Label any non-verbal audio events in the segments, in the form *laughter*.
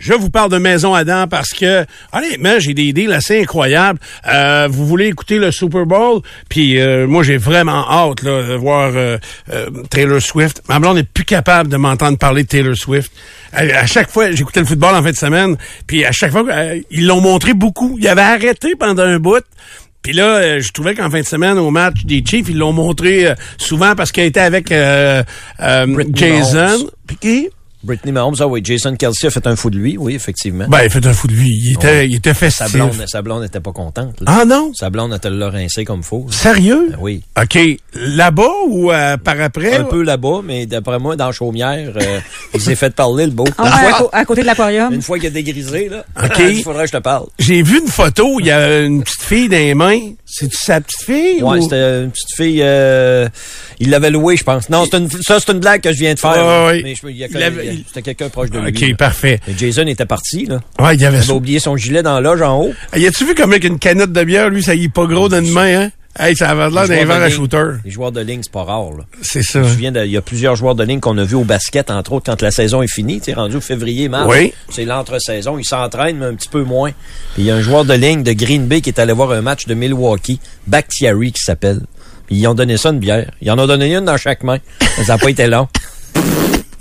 Je vous parle de Maison Adam parce que, honnêtement, j'ai des deals assez incroyables. Euh, vous voulez écouter le Super Bowl? Puis euh, moi, j'ai vraiment hâte là, de voir euh, Taylor Swift. Ma blonde n'est plus capable de m'entendre parler de Taylor Swift. À, à chaque fois, j'écoutais le football en fin de semaine, puis à chaque fois, euh, ils l'ont montré beaucoup. Ils avaient arrêté pendant un bout, puis là, euh, je trouvais qu'en fin de semaine, au match des Chiefs, ils l'ont montré euh, souvent parce qu'il était avec euh, Jason. Piqué. Brittany Mahomes, ah oui, Jason Kelsey a fait un fou de lui, oui, effectivement. Ben, il fait un fou de lui. Il était, ouais. il était festif. Sa blonde, sa blonde était pas contente. Là. Ah non? Sa blonde, elle te l'a rincé comme faux. Sérieux? Ben, oui. OK. Là-bas ou euh, par après? Un peu là-bas, mais d'après moi, dans Chaumière, euh, il s'est fait parler, le beau. Ah, ouais, fois, à, à, côté de l'aquarium. Une fois qu'il a dégrisé, là. *laughs* OK. il faudrait que je te parle. J'ai vu une photo, il y a une petite fille dans les mains. C'est-tu sa petite fille? Ouais, ou... c'était une petite fille, euh, il l'avait louée, je pense. Non, une, ça, c'est une blague que je viens de faire. Ah, mais je, il y a quand même, c'était quelqu'un proche de lui. OK, parfait. Mais Jason était parti, là. Ouais, il avait, il avait oublié son gilet dans l'âge en haut. Y a-tu vu comme avec une canette de bière, lui, ça y est pas gros d'une main, hein? Hey, ça avait l'air d'un verre à shooter. Les joueurs de ligne, c'est pas rare, là. C'est ça. Je me souviens, il y a plusieurs joueurs de ligne qu'on a vus au basket, entre autres, quand la saison est finie, tu rendu au février, mars. Oui. C'est l'entre-saison. Ils s'entraînent, mais un petit peu moins. Puis il y a un joueur de ligne de Green Bay qui est allé voir un match de Milwaukee, Bakhtiari, qui s'appelle. Ils ont donné ça une bière. Ils en ont donné une dans chaque main. Ça n'a pas été long. *laughs*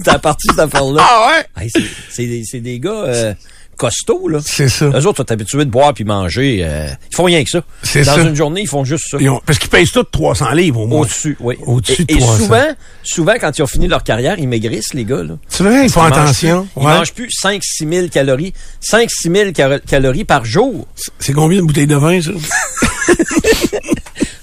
C'est partie cette affaire-là. Ah ouais? Hey, c'est des, des, gars euh, costauds, là. C'est ça. Eux autres sont habitués de boire puis manger. Euh, ils font rien que ça. C'est Dans ça. une journée, ils font juste ça. Ils ont, parce qu'ils pèsent tous 300 livres au moins. Au-dessus, oui. Au-dessus et, et souvent, souvent, quand ils ont fini leur carrière, ils maigrissent, les gars, là. C'est vrai, ils font ils attention. Plus, ouais. Ils mangent plus 5-6 000 calories. 5-6 000 cal calories par jour. C'est combien de bouteilles de vin, *laughs* ça?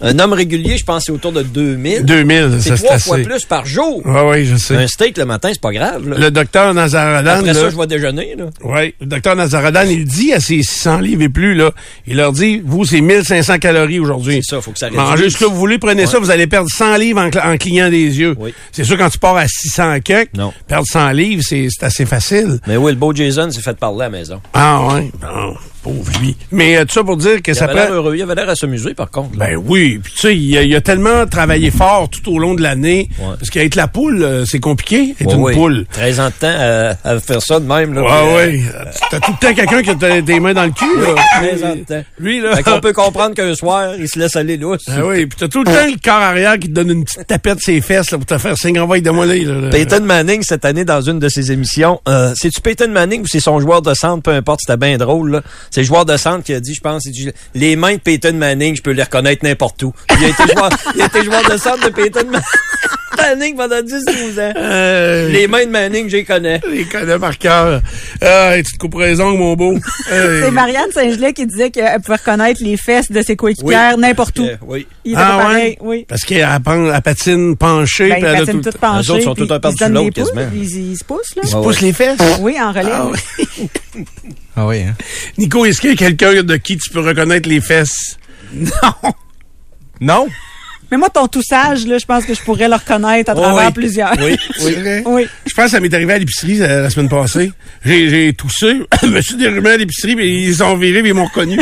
Un homme régulier, je pense, c'est autour de 2000. 2000, ça, c'est trois fois plus par jour. Oui, oui, je sais. Un steak le matin, c'est pas grave. Là. Le docteur Nazaradan... Après là, ça, je vais déjeuner. Là. Oui, le docteur Nazaradan, il dit à ses 600 livres et plus, là, il leur dit, vous, c'est 1500 calories aujourd'hui. C'est ça, faut que ça Mangez ce que vous voulez, prenez ouais. ça, vous allez perdre 100 livres en, cl en clignant des yeux. Oui. C'est sûr, quand tu pars à 600 kek, perdre 100 livres, c'est assez facile. Mais oui, le beau Jason s'est fait parler à la maison. Ah oui, oh, pauvre lui. Mais euh, tout ça pour dire que il ça avait l'air heureux, il avait l'air à s'amuser, par contre. Ben oui, puis tu sais, il, il, a tellement travaillé fort tout au long de l'année. Ouais. Parce qu'être la poule, euh, c'est compliqué. Être ouais, une oui. poule. 13 ans de temps euh, à, faire ça de même. Là, ouais, puis, ouais. Euh, T'as tout le temps quelqu'un qui a des mains dans le cul. Là. 13 ans de temps. Lui, là. Fait qu'on peut comprendre qu'un soir, il se laisse aller lousse. Ah oui, puis t'as tout le temps le corps arrière qui te donne une petite tapette ses fesses là, pour te faire signe envoie de moi là, là. Peyton Manning, cette année, dans une de ses émissions, euh, c'est-tu Peyton Manning ou c'est son joueur de centre, peu importe, c'était bien drôle. Là. C'est le joueur de centre qui a dit, je pense, dit, les mains de Peyton Manning, je peux les reconnaître n'importe où. Il a été joueur, *laughs* il a été joueur de centre de Peyton Manning. *laughs* Manning pendant 10-12 ans. Euh, les mains de Manning, je les connais. Je les connais par cœur. Ah, tu te couperais les ongles, mon beau. C'est Marianne Saint-Gelais qui disait qu'elle pouvait reconnaître les fesses de ses coéquipières oui, n'importe où. Que, oui. Il Ah était ouais? pareil, oui. Parce qu'elle pan- elle patine penchée. Ben, puis elle ils a patinent tout le toutes penchées. Les autres sont puis toutes un par-dessus ils se donnent des l'autre, pouces, quasiment. Ils, ils se poussent, là. temps- Pousse les fesses. Oui, en relais. Ah ouais. Ah oui, hein? Nico, est-ce qu'il y a quelqu'un de qui tu peux reconnaître les *laughs* fesses? Non! Non? Mais moi, ton toussage, là, je pense que je pourrais le reconnaître à travers oui. plusieurs. Oui, oui. *laughs* Oui. Je pense que ça m'est arrivé à l'épicerie euh, la semaine passée. J'ai, j'ai toussé, *coughs* je me suis dérumé à l'épicerie, mais ils ont viré, mais ils m'ont reconnu.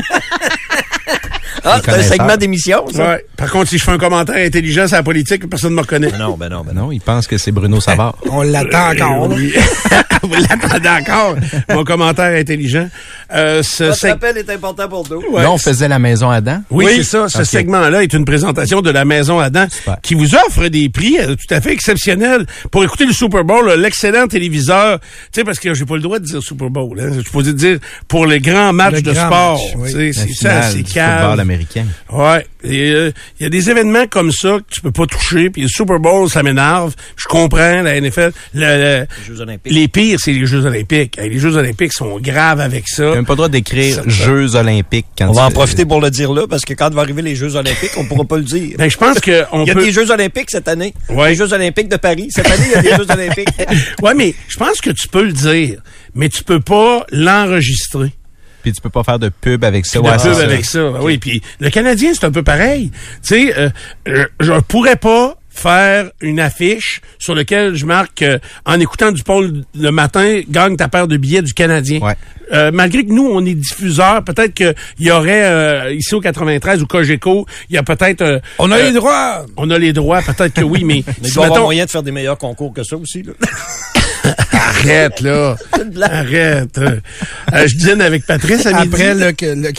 Ah, c'est un connaisseurs. segment d'émission, ça? Ouais. Par contre, si je fais un commentaire intelligent sur la politique, personne ne me reconnaît. Ben non, ben non, ben non. Ah Non, il pense que c'est Bruno Savard. On l'attend Euh, oui. *laughs* Vous l'attendez encore, mon commentaire intelligent. Euh, ce Votre seg- appel est important pour nous. Ouais. Là, on faisait la maison Adam. Oui, c'est ça. Ce Ok. segment-là est une présentation de la Maison Adam Super. qui vous offre des prix euh, tout à fait exceptionnels pour écouter le Super Bowl, euh, l'excellent téléviseur. Tu sais, parce que j'ai pas le droit de dire Super Bowl. Hein. Je suis supposé dire pour les grands matchs Le de grand sport. match, oui. Tu sais, La C'est ça, finale c'est du football calme. américain. Ouais. Et, euh, Il y a des événements comme ça que tu peux pas toucher. Puis le Super Bowl, ça m'énerve. Je comprends la NFL. Le- le- Les Jeux Olympiques. les pires, c'est les Jeux Olympiques. Hey, Les Jeux Olympiques sont graves avec ça. T'as même pas le droit d'écrire Ça- Jeux olympiques quand On va en tu- profiter pour le dire là, parce que quand va arriver les Jeux Olympiques, on pourra pas le dire. Ben, je pense que on Il y a peut. des Jeux Olympiques cette année. Ouais. Les Jeux Olympiques de Paris. Cette année, il y a des Jeux Olympiques. *laughs* ouais, mais je pense que tu peux le dire, mais tu peux pas l'enregistrer. Puis tu peux pas faire de pub avec ça. Puis ouais, de c'est pub ça. avec ça. Ben Oui, puis le Canadien, c'est un peu pareil. Tu sais, euh, je, je pourrais pas faire une affiche sur laquelle je marque euh, en écoutant du Paul le matin, gagne ta paire de billets du Canadien. Ouais. Euh, malgré que nous, on est diffuseur, peut-être qu'il y aurait, euh, ici au 93 ou Cogeco, il y a peut-être... euh, On a euh, les droits. On a les droits, peut-être que oui, mais... Mais il si, doit y avoir mettons- moyen de faire des meilleurs concours que ça aussi. Là. Arrête, *laughs* là. Arrête. Euh, euh, je dîne avec Patrice à midi. Après le, que- le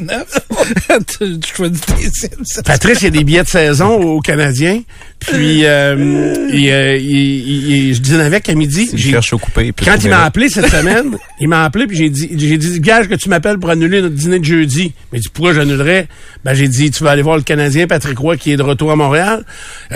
98-9, tu, tu choisis tes Sims. Patrice, il y a des billets de saison aux Canadiens. Puis, euh, il, euh, il- il- il- je dîne avec à midi. Tu J'ai- cherches au coupé. puis Quand il tu m'a verras. appelé cette semaine, il m'a appelé puis j'ai dit, j'ai dit, gage que tu m'appelles pour annuler notre dîner de jeudi. Mais dit, pourquoi j'annulerais? Ben, j'ai dit, tu vas aller voir le Canadien Patrick Roy qui est de retour à Montréal.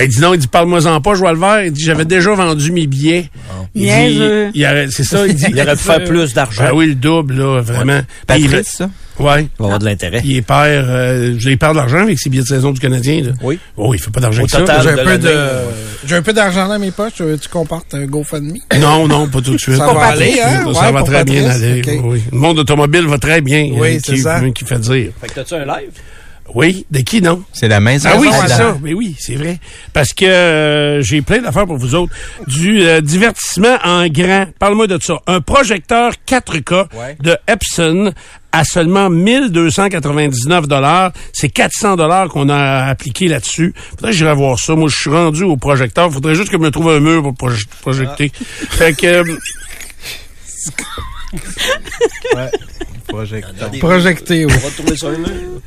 Il dit non, il dit, parle-moi-en pas, je vais le faire. Il dit, j'avais déjà vendu mes billets. Il Niaiseux. dit, il aurait- c'est ça, il dit. Il aurait pu faire plus d'argent. Ben oui, le double, là, vraiment. Puis il- Patrice, ça? Ouais. Il va avoir de l'intérêt. Il est père, euh, je les perds de l'argent avec ses billets de saison du Canadien. Là. Oui. Oh, il fait pas d'argent Au avec ça. total. J'ai de un peu l'année, de, j'ai un peu d'argent dans mes poches. Tu veux tu comportes un GoFundMe? Non, non, pas tout de suite. Ça va aller, hein? Ça Ouais, va pour très bien Patrice, aller. ok. oui. Le monde automobile va très bien. Oui, c'est qui, ça. Qui fait dire. Fait que t'as-tu un live? Oui, de qui non? C'est la maison. Ah oui, Adam. c'est ça. Mais oui, c'est vrai. Parce que euh, j'ai plein d'affaires pour vous autres. Du euh, divertissement en grand. Parle-moi de ça. Un projecteur 4K Ouais. de Epson à seulement 1299 dollars. C'est 400 dollars qu'on a appliqué là-dessus. Faudrait que j'irai voir ça. Moi, je suis rendu au projecteur. Faudrait juste que je me trouve un mur pour proj- projecter. Ah. Fait que euh, Projecteur. *laughs* Projecté, oui. On va te trouver sur un mur.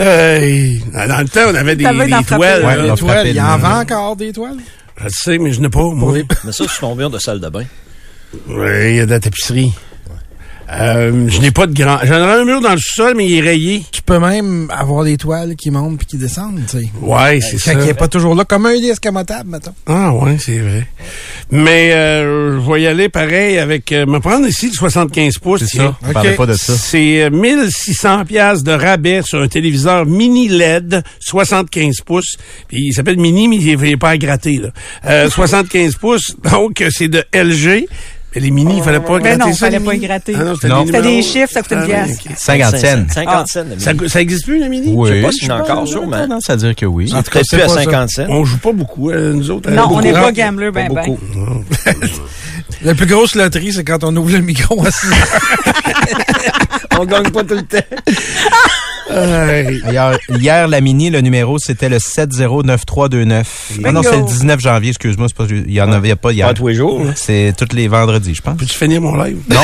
euh, dans le temps, on avait des, T'avais des d'en frapper, toiles. là. là. Ouais, Des toiles, il y en hein. Frappé de- vend encore des toiles? Je le sais, mais je n'ai pas. Moi. Mais ça, c'est combien de salle de bain? Oui, il y a de la tapisserie. Euh, je n'ai pas de grand. J'en aurais un mur dans le sous-sol, mais il est rayé. Tu peux même avoir des toiles qui montent puis qui descendent, tu sais. Ouais, c'est ça. Quand il n'est pas toujours là, comme un lit escamotable, mettons. Ah ouais, c'est vrai. Mais euh, je vais y aller pareil avec euh, me prendre ici le 75 pouces. C'est tiens. ça. On parlait Ok. pas de ça. C'est euh, 1600 pièces de rabais sur un téléviseur mini LED 75 pouces. Puis il s'appelle mini mais il n'est pas à gratter là. *laughs* Euh, 75 pouces, donc euh, c'est de LG. Mais les mini, il fallait pas gratter Mais non, ça, fallait les pas mini. y gratter. Ah non, Non. des C'était des numéros. chiffres, ça coûtait une Ah, pièce. Ah. ok. Cinquante cents. 50 cents. le Ça, minimum. ça existe plus, la mini? Oui. Je sais pas si j'en ai encore, J'aurais sûrement. tendance à dire que oui. En tout cas, Peut-être c'est plus à pas ça. 50 cents. On joue pas beaucoup, euh, nous autres. Non, on beaucoup. n'est Pas pas gameleux, ben, ben. beaucoup. La plus grosse loterie, c'est quand on ouvre le micro *laughs* à 6 heures. On gagne pas tout le temps. Hey. D'ailleurs, hier, la mini, le numéro, c'était le 709329. Non, non, c'est le 19 janvier, excuse-moi. c'est pas- Il y en avait pas hier. Pas tous les jours. là. C'est tous les vendredis, je pense. Peux-tu finir mon live? Non.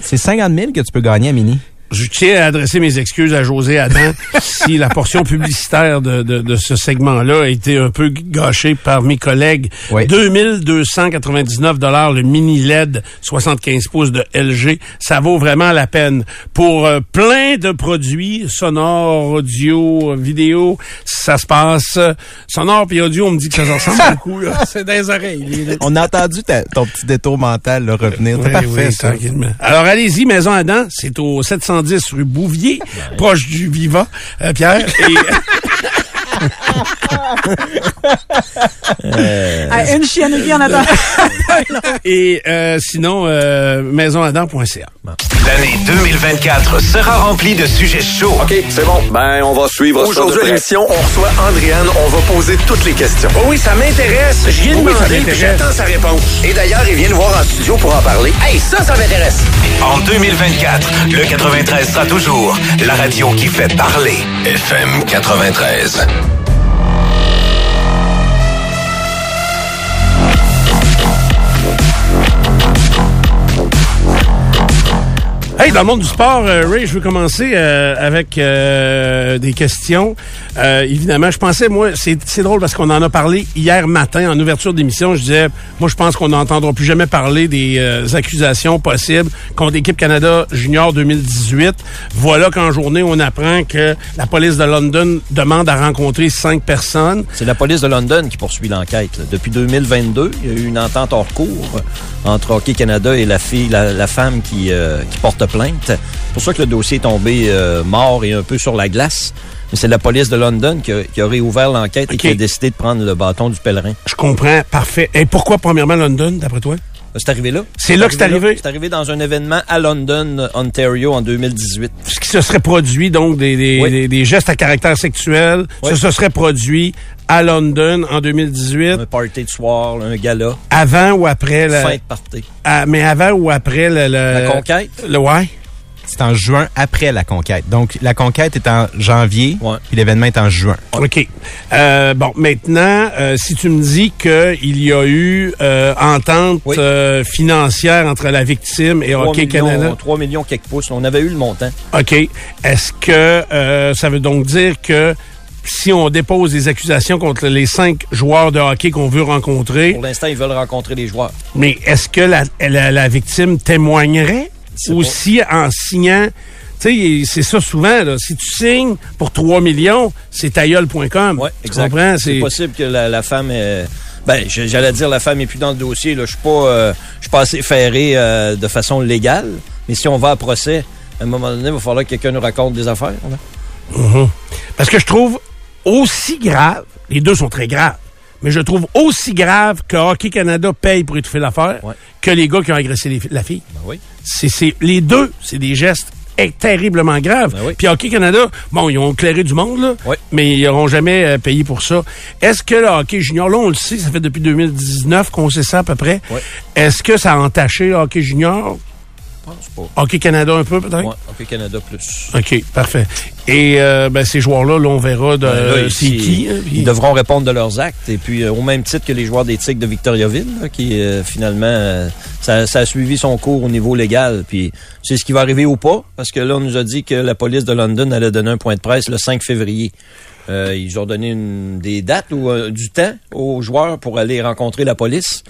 c'est 50 000 que tu peux gagner à mini. Je tiens à adresser mes excuses à José Adam si la portion publicitaire de, de, de ce segment-là a été un peu gâchée par mes collègues. Oui. 2299 dollars le mini LED 75 pouces de LG, ça vaut vraiment la peine. Pour euh, plein de produits sonores, audio, euh, vidéo, ça se passe euh, sonore puis audio, on me dit que ça se ressemble beaucoup là. c'est dans les oreilles. les lettres. On a entendu ta- ton petit détour mental là, revenir. C'est Oui, parfait, oui, ça. tranquillement. Alors, allez-y, Maison Adam, c'est au 710 rue Bouvier, proche du Viva, euh, *laughs* Pierre. Et, Euh, Ah, une chiennerie *laughs* en attendant. et euh, sinon, euh, maisonadan.ca. L'année 2024 sera remplie de sujets chauds. OK, c'est bon. Ben, on va suivre ça. Aujourd'hui, à l'émission, on reçoit Andréane. On va poser toutes les questions. Oh oui, ça m'intéresse. Je viens de Oui, ça demander, puis m'intéresse. j'attends sa réponse. Et d'ailleurs, il vient nous voir en studio pour en parler. Hey, ça, ça m'intéresse. En 2024, le 93 sera toujours la radio qui fait parler. FM 93. Hey, Hey, dans le monde du sport, euh, Ray, je veux commencer euh, avec euh, des questions. Euh, évidemment, je pensais, moi, c'est c'est drôle parce qu'on en a parlé hier matin en ouverture d'émission. Je disais, moi, je pense qu'on n'entendra plus jamais parler des euh, accusations possibles contre l'équipe Canada Junior 2018. Voilà qu'en journée, on apprend que la police de London demande à rencontrer cinq personnes. C'est la police de London qui poursuit l'enquête. là. Depuis 2022, il y a eu une entente hors cours entre Hockey Canada et la fille, la, la femme qui, euh, qui porte plainte. C'est pour ça que le dossier est tombé euh, mort et un peu sur la glace. Mais c'est la police de London qui a, qui a réouvert l'enquête et OK. qui a décidé de prendre le bâton du pèlerin. Euh, Je comprends, parfait. Et pourquoi, premièrement, London, d'après toi? C'est arrivé là. C'est là que c'est arrivé. C'est arrivé dans un événement à London, Ontario, en 2018. ce qui se serait produit, donc des, des, Oui. des- des gestes à caractère sexuel, Oui. ça se serait produit à London en 2018, Un party de soir, là, un gala, avant ou après la, fin de party. à- mais avant ou après le, le- La conquête? le- ouais. C'est en juin après la conquête. Donc, la conquête est en janvier, Ouais. puis l'événement est en juin. OK. Euh, bon, maintenant, euh, si tu me dis qu'il y a eu euh, entente Oui. euh, financière entre la victime et 3 Hockey millions, Canada. 3 millions quelques pouces. On avait eu le montant. OK. Est-ce que euh, ça veut donc dire que si on dépose des accusations contre les cinq joueurs de hockey qu'on veut rencontrer, Pour l'instant, ils veulent rencontrer les joueurs. Mais est-ce que la, la, la victime témoignerait C'est ou pas- si en signant, tu sais, c'est ça souvent, là, si tu signes pour 3 millions, c'est tailleul.com. Ouais, tu exact. comprends? C'est possible que la, la femme. euh, ben, je- j'allais dire la femme est plus dans le dossier. là. Je suis pas, euh, je suis pas assez ferré euh, de façon légale. Mais si on va à procès, à un moment donné, il va falloir que quelqu'un nous raconte des affaires. hein? là. Mhm. Parce que je trouve aussi grave, les deux sont très graves, mais je trouve aussi grave que Hockey Canada paye pour étouffer l'affaire Ouais. que les gars qui ont agressé les fi- la fille. Ben oui. C'est, c'est, les deux, c'est des gestes eh, terriblement graves. Ben oui. Puis Hockey Canada, bon, ils ont éclairé du monde, là, Oui. mais ils n'auront jamais euh, payé pour ça. Est-ce que le hockey junior, là, on le sait, ça fait depuis 2019 qu'on sait ça à peu près. Oui. Est-ce que ça a entaché le hockey junior, Je pense pas. Hockey Canada un peu, peut-être? Ouais, OK, Canada plus. OK, parfait. Et euh, ben, ces joueurs-là, là, on verra de, Ben, là, euh, c'est ils- qui. hein, Ils puis- devront répondre de leurs actes. Et puis, euh, au même titre que les joueurs des Tigres de Victoriaville, là, qui euh, finalement, euh, ça, ça a suivi son cours au niveau légal. Puis, c'est ce qui va arriver ou pas, parce que là, on nous a dit que la police de London allait donner un point de presse le 5 février. Euh, ils ont donné une- des dates ou euh, du temps aux joueurs pour aller rencontrer la police.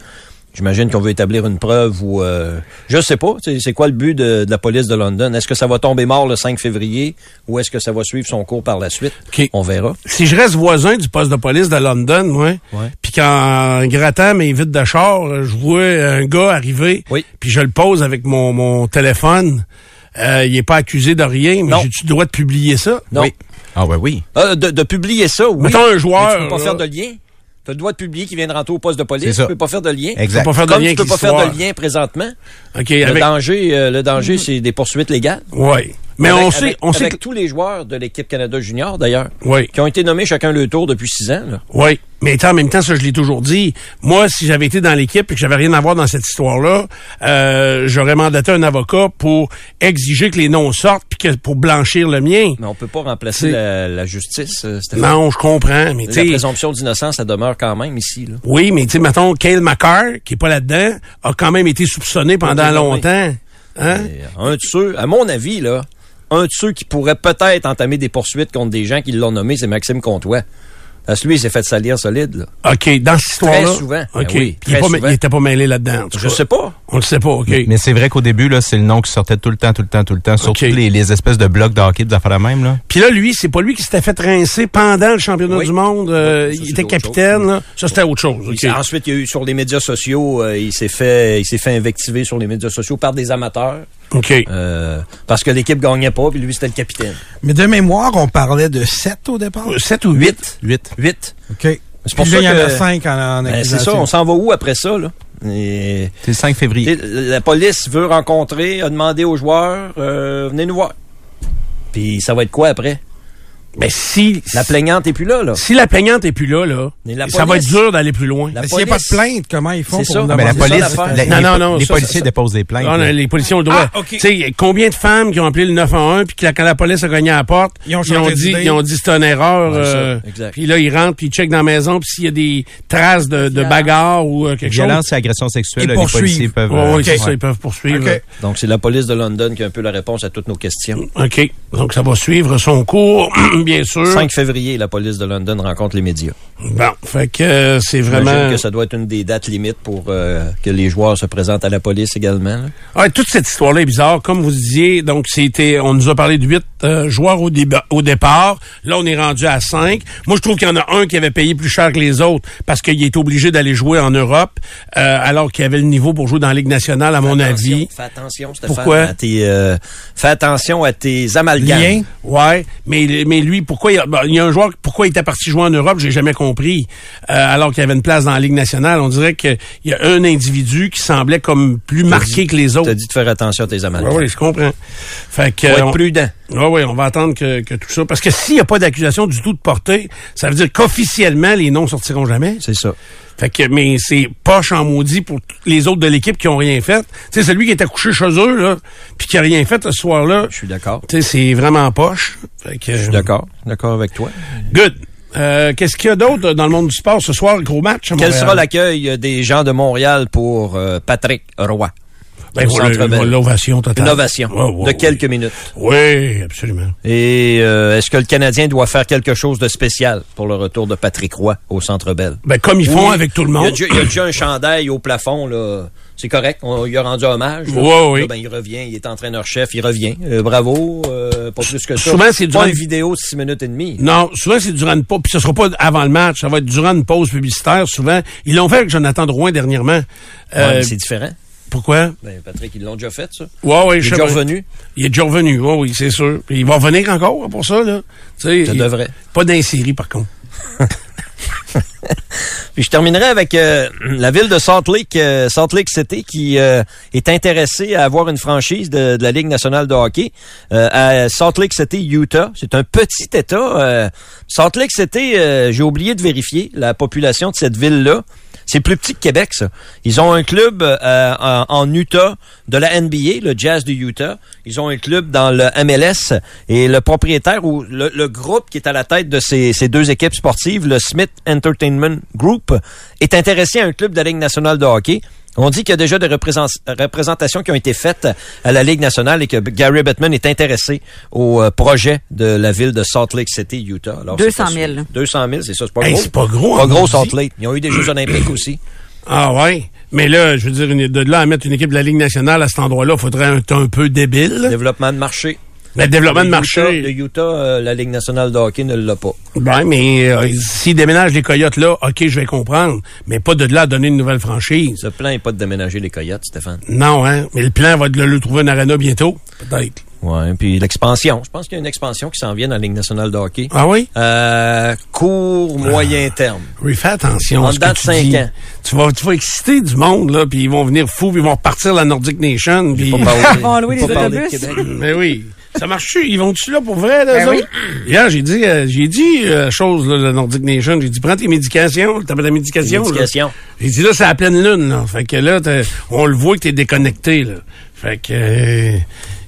J'imagine qu'on veut établir une preuve ou euh, je sais pas. tu sais, C'est quoi le but de, de la police de London Est-ce que ça va tomber mort le 5 février ou est-ce que ça va suivre son cours par la suite OK. On verra. si je reste voisin du poste de police de London, moi, Ouais. puis qu'en grattant mes vides de char, euh, je vois un gars arriver, Oui. puis je le pose avec mon, mon téléphone, euh, il est pas accusé de rien, mais Non. j'ai-tu le droit de publier ça? Non. Oui. Ah ouais, oui. Euh, de, de publier ça, oui. Mettons un joueur, Mais tu peux pas là. faire de lien. Tu as le droit de publier qu'il vient de rentrer au poste de C'est police. ça. Tu peux pas faire de lien. Exact. Faut pas faire de Comme lien tu peux avec pas faire de l'histoire. lien présentement. OK, Le avec... danger, euh, le danger, c'est des poursuites légales. Ouais. Mais Avec- on sait, avec- on sait avec que... tous les joueurs de l'équipe Canada Junior, d'ailleurs, Oui. qui ont été nommés chacun le tour depuis six ans. là. Oui, mais en même temps, ça, je l'ai toujours dit. Moi, si j'avais été dans l'équipe et que j'avais rien à voir dans cette histoire-là, euh, j'aurais mandaté un avocat pour exiger que les noms sortent puis que pour blanchir le mien. Mais on peut pas remplacer C'est- la, la justice. euh, Stéphane. Non, je comprends, mais tu La sais... présomption d'innocence, ça demeure quand même ici. Là. Oui, mais tu sais, mettons, Kyle McCarr, qui est pas là-dedans, a quand même été soupçonné pendant Oui, longtemps. Hein? Et euh, Un de ceux, à mon avis, là, un de ceux qui pourrait peut-être entamer des poursuites contre des gens qui l'ont nommé, c'est Maxime Comtois. Parce que lui, il s'est fait salir solide. Là. OK, dans cette Très histoire-là. souvent. Ben OK. oui, Puis il, est très pas ma- souvent. il était pas mêlé là-dedans. en tout Je cas. sais pas. On le sait pas, OK. Mais c'est vrai qu'au début, là, c'est le nom qui sortait tout le temps, tout le temps, tout le temps. Surtout Ok. les, les espèces de blocs de hockey, des affaires la même, là. Puis là, lui, c'est pas lui qui s'était fait rincer pendant le championnat Oui. du monde. euh, Oui, ça, il c'est était autre chose. capitaine, là. Ça, c'était autre chose. Il OK. s'est- Ensuite, il y a eu sur les médias sociaux, euh, il s'est fait, il s'est fait invectiver sur les médias sociaux par des amateurs OK. euh, parce que l'équipe gagnait pas, puis lui c'était le capitaine. Mais de mémoire, on parlait de 7 au départ. 7 ou 8? 8. Huit. OK. Puis pour là, ça il y en a que- 5 en, en Ben, c'est ça. accusation. On s'en va où après ça là Et- C'est le 5 février. T'sais, La police veut rencontrer, a demandé aux joueurs, euh, venez nous voir. Puis ça va être quoi après? Mais ben, si La plaignante est plus là, là. si la plaignante est plus là, là, Mais la ça va être police- dur d'aller plus loin. La Mais S'il n'y a pas de police- plainte, comment ils font C'est pour ça. Ben, nous Non, mais la C'est ça, police, l'affaire. la- Non, les, non, po- non, les ça, policiers ça, déposent des plaintes. Ah, non, là. les policiers ont le droit. Ah, ok. Tu sais, combien de femmes qui ont appelé le 911 puis que la- quand la police a gagné à la porte, Ils ont changé dit, d'idée. ils ont dit c'est une erreur. Ouais, ça, euh, exact. puis là, ils rentrent puis ils checkent dans la maison puis s'il y a des traces de, de Violence. bagarre ou euh, quelque Violence chose. et agression sexuelle, Ils là, les poursuivent. policiers peuvent... Ouais, euh, ouais, c'est ouais. ça, ils peuvent poursuivre. OK. Donc, c'est la police de London qui a un peu la réponse à toutes nos questions. OK. Donc, ça va suivre son cours, *clears throat* bien sûr. 5 février, la police de London rencontre les médias. Bon, fait que euh, c'est J'imagine vraiment... que ça doit être une des dates limites pour euh, que les joueurs se présentent à la police également. là. Ouais, toute cette histoire-là est bizarre. Comme vous disiez, donc c'était, on nous a parlé de huit euh, joueurs au, déba- au départ. Là, on est rendu à cinq. Moi, je trouve qu'il y en a un qui avait payé plus cher que les autres parce qu'il est obligé d'aller jouer en Europe, euh, alors qu'il avait le niveau pour jouer dans la Ligue nationale, à mon Attention, avis. Fais attention, Stéphane. Pourquoi? À tes, euh, fais attention à tes amalgames. Liens. Ouais, mais mais lui, pourquoi il y a, bon, il y a un joueur pourquoi il était parti jouer en Europe, j'ai jamais compris. euh, alors qu'il y avait une place dans la Ligue nationale, on dirait qu'il y a un individu qui semblait comme plus marqué que les Je autres. t'ai dit de faire attention à tes Oui, amalgames. je comprends. Fait que Faut Euh, on- être prudent. Oui, oui, on va attendre que, que tout ça. Parce que s'il n'y a pas d'accusation du tout de portée, ça veut dire qu'officiellement, les noms sortiront jamais. C'est ça. Fait que, mais c'est poche en maudit pour tous les autres de l'équipe qui ont rien fait. Tu sais, celui qui est accouché chez eux, là, puis qui a rien fait ce soir-là, Je suis d'accord. tu sais, c'est vraiment poche. Fait que, Je suis d'accord. D'accord avec toi. Good. Euh, Qu'est-ce qu'il y a d'autre dans le monde du sport ce soir? Gros match. à Quel Montréal. sera l'accueil des gens de Montréal pour euh, Patrick Roy? Ben, au voilà, Centre Bell? L'ovation totale. Une ovation Ouais, ouais, de ouais. quelques minutes. Oui, absolument. Et euh, est-ce que le Canadien doit faire quelque chose de spécial pour le retour de Patrick Roy au Centre Bell? Ben, comme ils font Oui. avec tout le Il y a monde. déjà- Il y a déjà un chandail au plafond, là. C'est correct. On lui a rendu hommage. là. Ouais, oui. Là, ben, il revient. Il est entraîneur-chef. Il revient. Euh, bravo. euh, pas plus que ça. Souvent, c'est durant- Euh, Pas une vidéo de six minutes et demie. Non, souvent c'est durant une pause, puis ce sera pas avant le match, ça va être durant une pause publicitaire souvent. Ils l'ont fait avec Jonathan Drouin dernièrement. Ouais, Euh, mais c'est différent. pourquoi Ben, Patrick, ils l'ont déjà fait, ça. Ouais ouais, Il je est sais déjà pas. revenu. Il est déjà revenu, ouais, oui, c'est sûr. Puis il va revenir encore hein, pour ça là. Tu sais, Ça il- devrait. Pas d'insérie par contre. Puis je terminerai avec euh, la ville de Salt Lake, euh, Salt Lake City, qui euh, est intéressée à avoir une franchise de, de la Ligue nationale de hockey euh, à Salt Lake City, Utah. C'est un petit État. euh, Salt Lake City, euh, j'ai oublié de vérifier la population de cette ville-là. C'est plus petit que Québec, ça. Ils ont un club euh, en, en Utah de la NBA, le Jazz du Utah. Ils ont un club dans le MLS et le propriétaire ou le, le groupe qui est à la tête de ces, ces deux équipes sportives, le Smith Entertainment Group, est intéressé à un club de la Ligue nationale de hockey. On dit qu'il y a déjà des représent- représentations qui ont été faites à la Ligue nationale et que Gary Bettman est intéressé au euh, projet de la ville de Salt Lake City, Utah. Alors, c'est 200 000. pas sûr. 200 000, c'est ça, c'est pas Hey, gros. c'est pas gros, Pas hein, gros, maudit. Salt Lake. Ils ont eu des Jeux *clears throat* olympiques aussi. Ah ouais. Mais là, je veux dire une- de là à mettre une équipe de la Ligue nationale à cet endroit-là, faudrait un, un peu débile. Développement de marché. Mais développement de Le Utah- Le marché. Utah, euh, la Ligue nationale de hockey ne l'a pas. Ben mais euh, s'ils déménagent les coyotes là, OK, je vais comprendre, mais pas de là à donner une nouvelle franchise. Ce plan n'est pas de déménager les Coyotes, Stéphane. Non, hein? Mais le plan va de le, le trouver un arena bientôt, peut-être. Ouais, puis l'expansion. Je pense qu'il y a une expansion qui s'en vient dans la Ligue nationale de hockey. Ah oui? Euh, court, Ah. moyen terme. Oui, fais attention. En à ce dedans que de tu cinq dis. ans. Tu vas, tu vas exciter du monde, là, puis ils vont venir fous, puis ils vont repartir la Nordic Nation. Puis... *laughs* Pas parler- Ils vont louer pas les parler de autobus. Québec. *clears throat* Mais oui. Ça marche-tu? Ils vont-tu là pour vrai, là, Ben eux oui. autres? Hier, j'ai dit, euh, j'ai dit, euh, chose, là, la Nordic Nation. J'ai dit, prends tes médications. T'as pas ta médication, Les là. médications. J'ai dit, là, c'est à la pleine lune, là. Fait que là, t'as- on le voit que t'es déconnecté, là. Fait que, euh,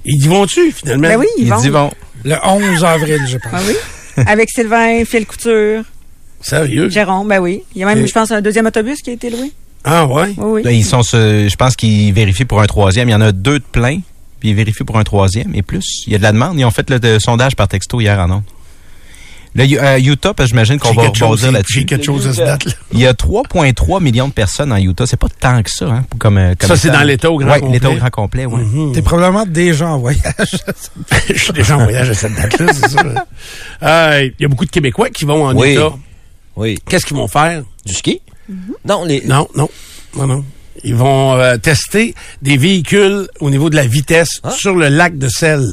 ils y vont-tu, finalement? Ben oui, ils Ils vont. disent, bon, Le 11 avril, je pense. Ah oui. Avec Sylvain, Phil Couture, Sérieux? Jérôme, ben oui. Il y a même, Et- je pense, un deuxième autobus qui a été loué. Ah ouais? Oui, là, oui. ils sont, sur- je pense qu'ils vérifient pour un troisième. Il y en a deux de plein, puis ils vérifient pour un troisième et plus. Il y a de la demande. Ils ont fait le, de- sondage par texto hier en ondes. Là, U- euh, Utah, parce que j'imagine qu'on J'ai va quelque chose- rebondir J'ai là-dessus. quelque chose à se date, *laughs* là. Il y a 3,3 millions de personnes en Utah. C'est pas tant que ça, hein, pour- comme, euh, comme Ça, c'est état. dans l'État au grand Ouais, complet. Mm-hmm. l'État au grand complet, ouais. Hmm. T'es probablement déjà en voyage. Je suis déjà en voyage à cette date-là, c'est ça. Euh, Il y a beaucoup de Québécois qui vont en Oui. Utah. Oui. Qu'est-ce qu'ils vont faire? Du ski? Mm-hmm. Non, les, Non, non, non, non. Ils vont euh, tester des véhicules au niveau de la vitesse sur le lac de sel.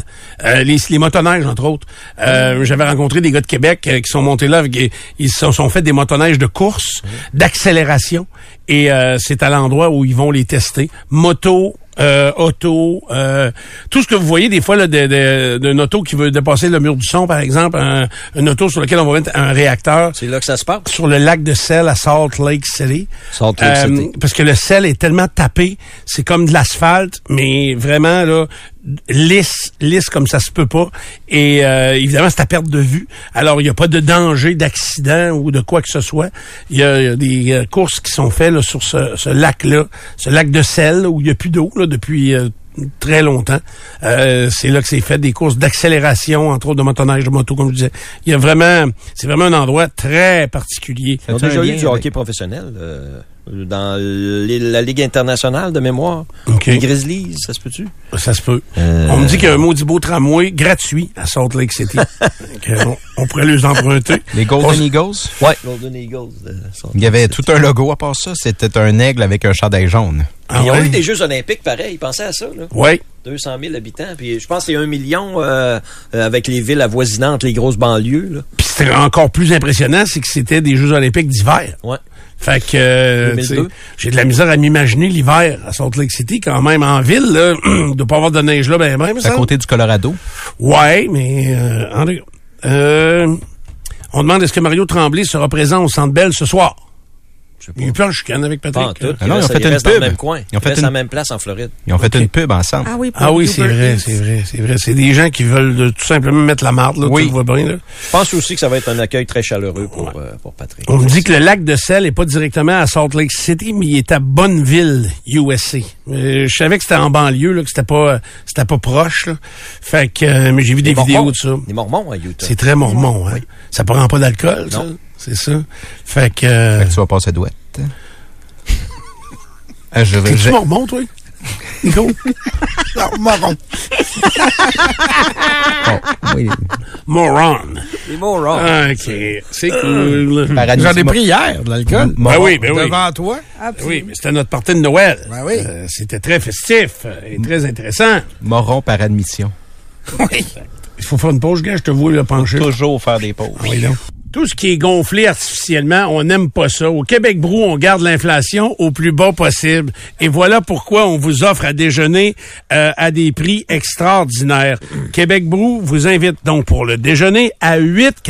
Euh, les, les motoneiges, entre autres. Euh, J'avais rencontré des gars de Québec euh, qui sont montés là. avec- ils se sont, sont fait des motoneiges de course, d'accélération. Et euh, c'est à l'endroit où ils vont les tester. Moto, euh, auto, euh, tout ce que vous voyez des fois là, de, de- d'une auto qui veut dépasser le mur du son, par exemple, un- une auto sur laquelle on va mettre un réacteur C'est là que ça se passe. sur le lac de sel à Salt Lake City. Salt Lake City. Euh, Parce que le sel est tellement tapé, c'est comme de l'asphalte, mais vraiment là lisse, lisse comme ça se peut pas. Et euh, évidemment, c'est à perte de vue. Alors, il n'y a pas de danger d'accident ou de quoi que ce soit. Il y, a il y a des euh, courses qui sont faites là, sur ce, ce lac-là, ce lac de sel là, où il n'y a plus d'eau là, depuis euh, très longtemps. Euh, c'est là que c'est fait des courses d'accélération, entre autres de motoneige, de moto, comme je disais. Il y a vraiment, c'est vraiment un endroit très particulier. Ils ont As-tu déjà un eu lien du avec- hockey professionnel euh, dans les- la Ligue internationale de mémoire. OK. Les Grizzlies, ça se peut-tu? Ça se peut. Euh. On me dit qu'il y a un maudit beau tramway gratuit à Salt Lake *laughs* City. Que on, on pourrait les emprunter. Les On Golden s- Eagles? Ouais. Golden Eagles. euh, sont- Il y avait tout un logo à part ça. C'était un aigle avec un chandail jaune. Ah Ils ont ouais? eu des Jeux olympiques, pareil. Ils pensaient à ça, là. Ouais. 200 000 habitants. Puis je pense qu'il y a un million euh, euh, avec les villes avoisinantes, les grosses banlieues, là. Puis c'était encore plus impressionnant, c'est que c'était des Jeux olympiques d'hiver. Ouais. Fait que euh, 2002. tu sais, j'ai de la misère à m'imaginer l'hiver à Salt Lake City, quand même en ville, là, *clears throat* de pas avoir de neige là, ben même. C'est à ça. côté du Colorado. Ouais, mais euh, en tout cas. Euh, on demande est-ce que Mario Tremblay sera présent au Centre Bell ce soir. Je sais Il y a eu peur, je chicane avec Pas en Patrick. tout. Ah non, ils ils ont restent- fait ils une restent dans le pub. même coin. Ils Ils ont fait restent une- dans la même place en Floride. Ils ont fait une pub ensemble. Ah oui, pour Ah oui, Uber c'est vrai, Eats. c'est vrai, c'est vrai. C'est des gens qui veulent euh, tout simplement mettre la marde, là, Oui. tu le vois bien, là. Je pense aussi que ça va être un accueil très chaleureux pour, euh, pour Patrick. On me dit que le lac de sel est pas directement à Salt Lake City, mais il est à Bonneville, USA. Euh, je savais que c'était en banlieue, là, que c'était pas, c'était pas proche, là. Fait que, euh, mais j'ai vu des Les vidéos Mormons. de ça. Les Mormons à Utah. C'est très mormon, hein. Ça prend pas d'alcool, ça. Non. C'est ça. Fait que, euh, Fait que tu vas passer douette. *laughs* Ah, je vais- t'es-tu je- mormon, toi? Nico? oh, oui. Moron. Les Morons. OK. Euh, C'est cool. Paradis- J'en ai pris hier, de l'alcool. Bon, Ben oui, ben oui. Devant toi. Oui, mais c'était notre partie de Noël. Ben oui. Euh, c'était très festif euh, et très intéressant. Moron par admission. Il faut faire une pause, gars, je te vois le pencher. Toujours faire des pauses. Oui, donc. Tout ce qui est gonflé artificiellement, on n'aime pas ça. Au Québec Brou, on garde l'inflation au plus bas possible. Et voilà pourquoi on vous offre à déjeuner euh, à des prix extraordinaires. Québec Brou vous invite donc pour le déjeuner à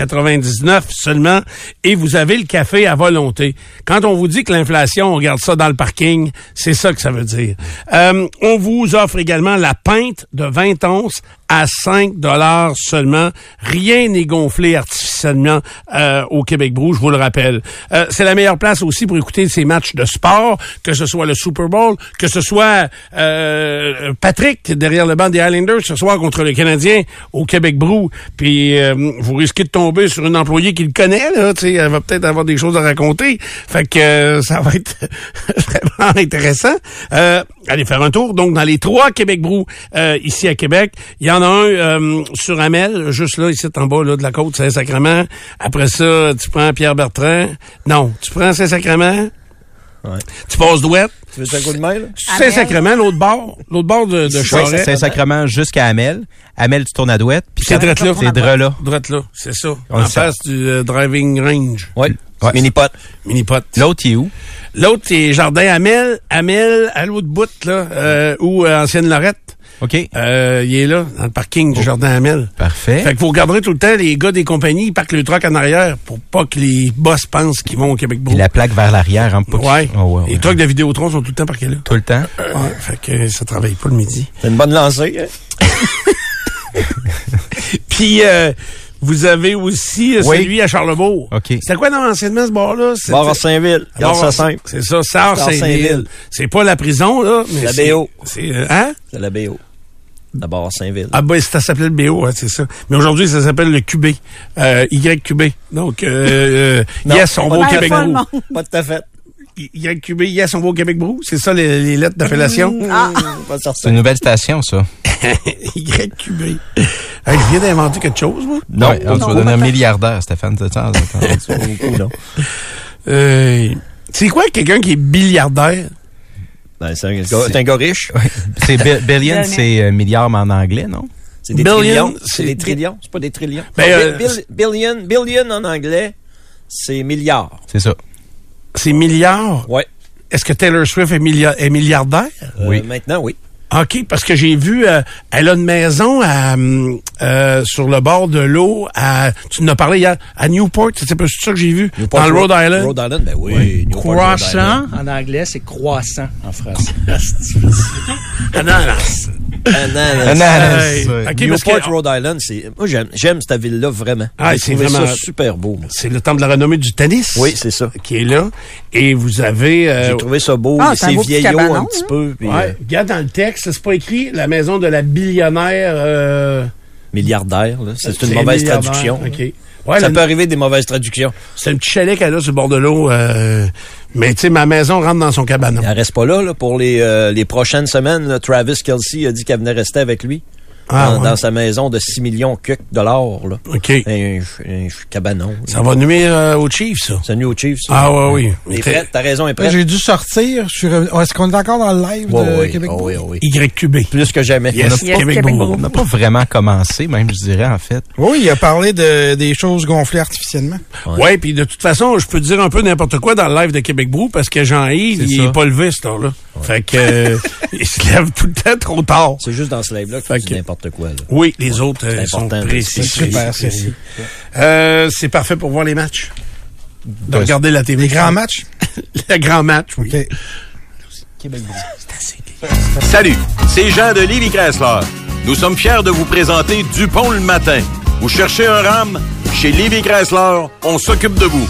8,99 seulement et vous avez le café à volonté. Quand on vous dit que l'inflation, on garde ça dans le parking, c'est ça que ça veut dire. Euh, on vous offre également la pinte de 20 onces à 5 dollars seulement. Rien n'est gonflé artificiellement euh, au Québec Brou, je vous le rappelle. Euh, c'est la meilleure place aussi pour écouter ces matchs de sport, que ce soit le Super Bowl, que ce soit euh, Patrick derrière le banc des Highlanders ce soir contre le Canadien au Québec Brou. Puis euh, vous risquez de tomber sur une employée qui le connaît, là, tu sais, elle va peut-être avoir des choses à raconter. Fait que euh, ça va être *laughs* vraiment intéressant. Euh, allez faire un tour. Donc, dans les trois Québec Brou euh, ici à Québec, il y en a un euh, sur Amel, juste là, ici en bas là, de la côte, Saint-Sacrement. Après ça, tu prends Pierre Bertrand. Non, tu prends Saint-Sacrement. Ouais. Tu passes d'ouette. Tu veux un coup de main, là? Amel. Saint-Sacrement, l'autre bord, l'autre bord de, de Charest. Saint-Sacrement jusqu'à Amel. Amel, tu tournes à Douette. Puis C'est quand- drette là. C'est drette là. Droite là, c'est ça. On en le sait. face du euh, driving range. Ouais. Ouais. Mini-pot. Mini-pot. L'autre, il est où? L'autre, c'est Jardin Amel, Amel, à l'autre bout, là, euh, ou euh, Ancienne Lorette. OK. Euh, il est là, dans le parking du Jardin Amel. Parfait. Fait que vous regarderez tout le temps, les gars des compagnies, ils parquent le truck en arrière pour pas que les boss pensent qu'ils vont au Québec Et Brou. la plaque vers l'arrière, hein, pas qu'il- Ah Ouais. Oh, ouais, Les ouais. trucks de Vidéotron sont tout le temps parqués là. Tout le temps. Ouais, fait que ça travaille pas le midi. C'est une bonne lancée. hein? Puis, euh, vous avez aussi euh, Oui. celui à Charlebourg. OK. C'était quoi dans l'anciennement, ce bar-là? C'était- Barre Saint-Ville. Garde ça Bar- simple. C'est ça, Sars Sars Saint-Ville. Saint-Ville. C'est pas la prison, là. Mais La c'est- BO. C'est, euh, hein? C'est la BO. La barre Saint-Ville. Ah ben, ça s'appelait le BO, hein, c'est ça. Mais aujourd'hui, ça s'appelle le QB. Euh, YQB. Donc, euh, euh, *laughs* Non. yes, on va au Ah, Québec pas le Brou. monde. Pas tout à fait. YQB, yes, on va au Québec Brou. C'est ça, les, les lettres d'appellation? Mm. *laughs* Ah, Pas C'est une nouvelle station, ça. YQB. Hey, je viens d'inventer quelque chose, moi. Non, tu non, vas pas devenir milliardaire, Stéphane. C'est ça, c'est ça. non. Euh, c'est quoi quelqu'un qui est milliardaire? Ben, c'est un, gars- c'est un gars riche. C'est bi- billion, c'est euh, milliard, mais en anglais, non? C'est des Billion, trillions. c'est C'est des bi- trillions. C'est pas des trillions. Ben, Non, euh, bi- bil- billion, billion en anglais, c'est milliard. C'est ça. C'est milliard. Ouais. Est-ce que Taylor Swift est, millia- est milliardaire? Euh, Oui. Maintenant, oui. OK, parce que j'ai vu, euh, elle a une maison à, hum, euh, sur le bord de l'eau. à- Tu nous as parlé hier, à Newport, c'est c'est pas ça que j'ai vu, Newport dans le Rhode Island. Rhode Island, ben oui. Newport, Rhode Island. Croissant, en anglais, c'est croissant en *laughs* français. Ananas. *laughs* Ananas. Hey, Ananas. ouais. OK, parce que- Newport, Rhode Island, c'est. Moi, j'aime, j'aime cette ville-là vraiment. Ah, J'ai c'est trouvé vraiment- Euh, ça super beau. moi. C'est le temple de la renommée du tennis. Oui, c'est ça. Qui est là. Et vous avez... euh, J'ai trouvé ça beau. Ah, c'est un c'est beau petit vieillot cabanon, hein? un petit peu. puis, ouais, euh, regarde dans le texte, c'est pas écrit la maison de la billionnaire. euh, milliardaire, là. C'est une mauvaise milliardaire. traduction. OK. Ouais, ça le- peut arriver des mauvaises traductions. C'est un petit chalet qu'elle a sur le bord de l'eau. euh, mais tu sais, ma maison rentre dans son cabanon. Elle reste pas là, là pour les, euh, les prochaines semaines. là. Travis Kelsey a dit qu'elle venait rester avec lui Ah, dans, ouais. dans sa maison de 6 millions de dollars. Là. OK. Un, ch- un ch- cabanon. Ça va nuire euh, au chief, ça. C'est New Chiefs. ça. Ah ouais, oui. T'es Mais prête? T'as raison, elle est prête. J'ai dû sortir. Je suis revenu- oh, Est-ce qu'on est encore dans le live Ouais, de ouais, Québec ouais, Beau? ouais, ouais. YQB. Plus que jamais. Yes, Yes, Québec, Québec Bourreau. On n'a pas vraiment commencé, même, je dirais, en fait. Oui, il a parlé de, des choses gonflées artificiellement. Ouais, puis de toute façon, je peux dire un peu n'importe quoi dans le live de Québec Brou parce que Jean-Yves, C'est il ça. est pas levé ce temps-là. Fait que euh, *laughs* il se lève tout le temps trop tard. C'est juste dans ce live-là que Fait tu dis que- n'importe quoi. Là. Oui, les autres euh, C'est sont important, précis. c'est super précis, sérieux. précis. Euh, c'est parfait pour voir les matchs. De Ouais, regarder la télé. *laughs* Les grands matchs. Les grands matchs, oui. OK. Salut, c'est Jean de Livy Chrysler. Nous sommes fiers de vous présenter Dupont le matin. Vous cherchez un RAM? Chez Livy Chrysler, on s'occupe de vous.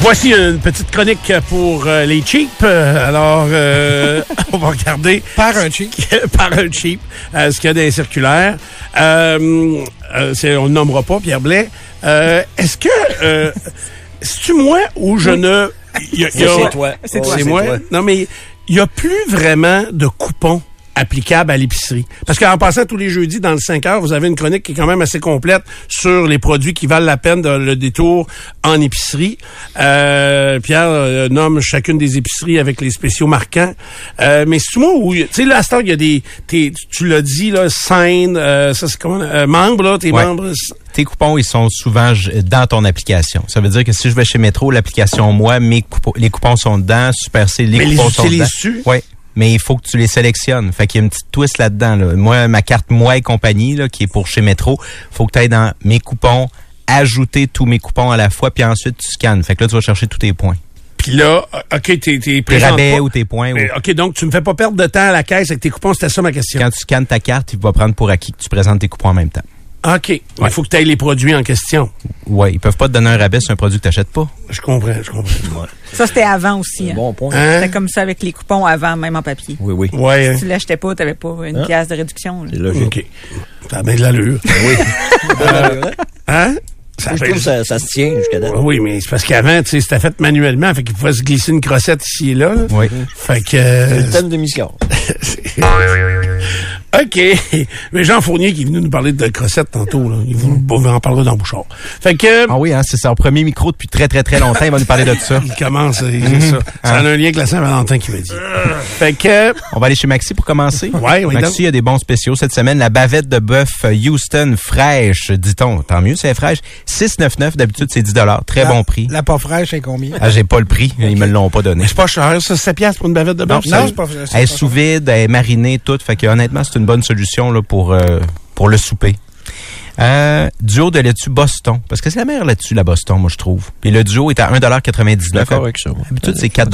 Voici une petite chronique pour euh, les cheap. Euh, Alors, *laughs* euh, on va regarder Par un cheap. *laughs* par un cheap euh, ce qu'il y a dans les circulaires. Euh, euh, c'est- on ne nommera pas Pierre Blais. Euh, Est-ce que euh, *laughs* c'est-tu moi ou je ne... *laughs* y a- y a- Ça, c'est toi. C'est Ouais, toi. c'est moi. Non, mais il n'y a plus vraiment de coupons applicables à l'épicerie. Parce qu'en passant tous les jeudis dans le 5 heures, vous avez une chronique qui est quand même assez complète sur les produits qui valent la peine de le détour en épicerie. Euh, Pierre euh, nomme chacune des épiceries avec les spéciaux marquants. Euh, mais c'est moi où, tu sais, là, à ce temps, il y a des, t'es- tu l'as dit, là, scène, euh, ça c'est comment, euh, membre, là, tes Ouais. membres. Tes coupons, ils sont souvent j- dans ton application. Ça veut dire que si je vais chez Métro, l'application, moi, mes coupons, les coupons sont dedans, Super C, les Mais les coupons sont dedans. utilises-tu? Oui. Mais il faut que tu les sélectionnes. Fait qu'il y a une petite twist là-dedans. Là. Moi, ma carte Moi et compagnie, là, qui est pour chez Métro, faut que tu ailles dans mes coupons, ajouter tous mes coupons à la fois, puis ensuite tu scannes. Fait que là, tu vas chercher tous tes points. Puis là, OK, t'es, t'es Tes présente rabais pas. ou tes points. ou- Mais, OK, donc tu me fais pas perdre de temps à la caisse avec tes coupons, c'était ça ma question. Quand tu scannes ta carte, il va prendre pour acquis que tu présentes tes coupons en même temps. OK. Il faut que tu ailles les produits en question. Ouais, ils peuvent pas te donner un rabais sur un produit que tu n'achètes pas. Je comprends, je comprends. Ça, c'était avant aussi. hein. Bon point. Hein? C'était comme ça avec les coupons avant, même en papier. Oui, oui. Ouais. hein. Si tu l'achetais pas, t'avais pas une pièce de réduction. là. C'est logique. OK. Ça a bien de l'allure. Oui. *laughs* Hein? Ça a je bien- trouve que ça, ça se tient jusqu'à date. Oui, mais c'est parce qu'avant, tu sais, c'était fait manuellement, fait qu'il pouvait se glisser une crossette ici et là. là. Oui. Fait que... C'est euh, le thème de mission. *laughs* OK. Mais Jean Fournier qui est venu nous parler de crossette tantôt, là. Il vous Mm. bon, on en parlera dans Bouchard. Fait que... euh, Ah oui, hein, c'est son premier micro depuis très, très, très longtemps. Il va nous parler de ça. Il commence, euh, c'est ça. Ça a un lien avec la Saint-Valentin qui m'a dit. Fait que... On va aller chez Maxi pour commencer. Ouais, oui, donc. Maxi a des bons spéciaux cette semaine. La bavette de bœuf Houston fraîche, dit-on. Tant mieux, c'est fraîche. 6,99 d'habitude, c'est 10 Très La- bon prix. La pas fraîche, c'est combien? Ah, j'ai pas le prix. Ils me l'ont pas donné. C'est pas cher, ça, 7 piastres pour une bavette de bœuf. non, ça- c'est pas- c'est Elle pas est sous vide, elle est marinée, tout. Fait que, honnêtement, c'est une bonne solution là, pour, euh, pour le souper. Euh, duo de laitue Boston. Parce que c'est la meilleure laitue, la Boston, moi, je trouve. Et le duo est à 1,99 D'accord avec ça, moi. D'habitude, c'est 4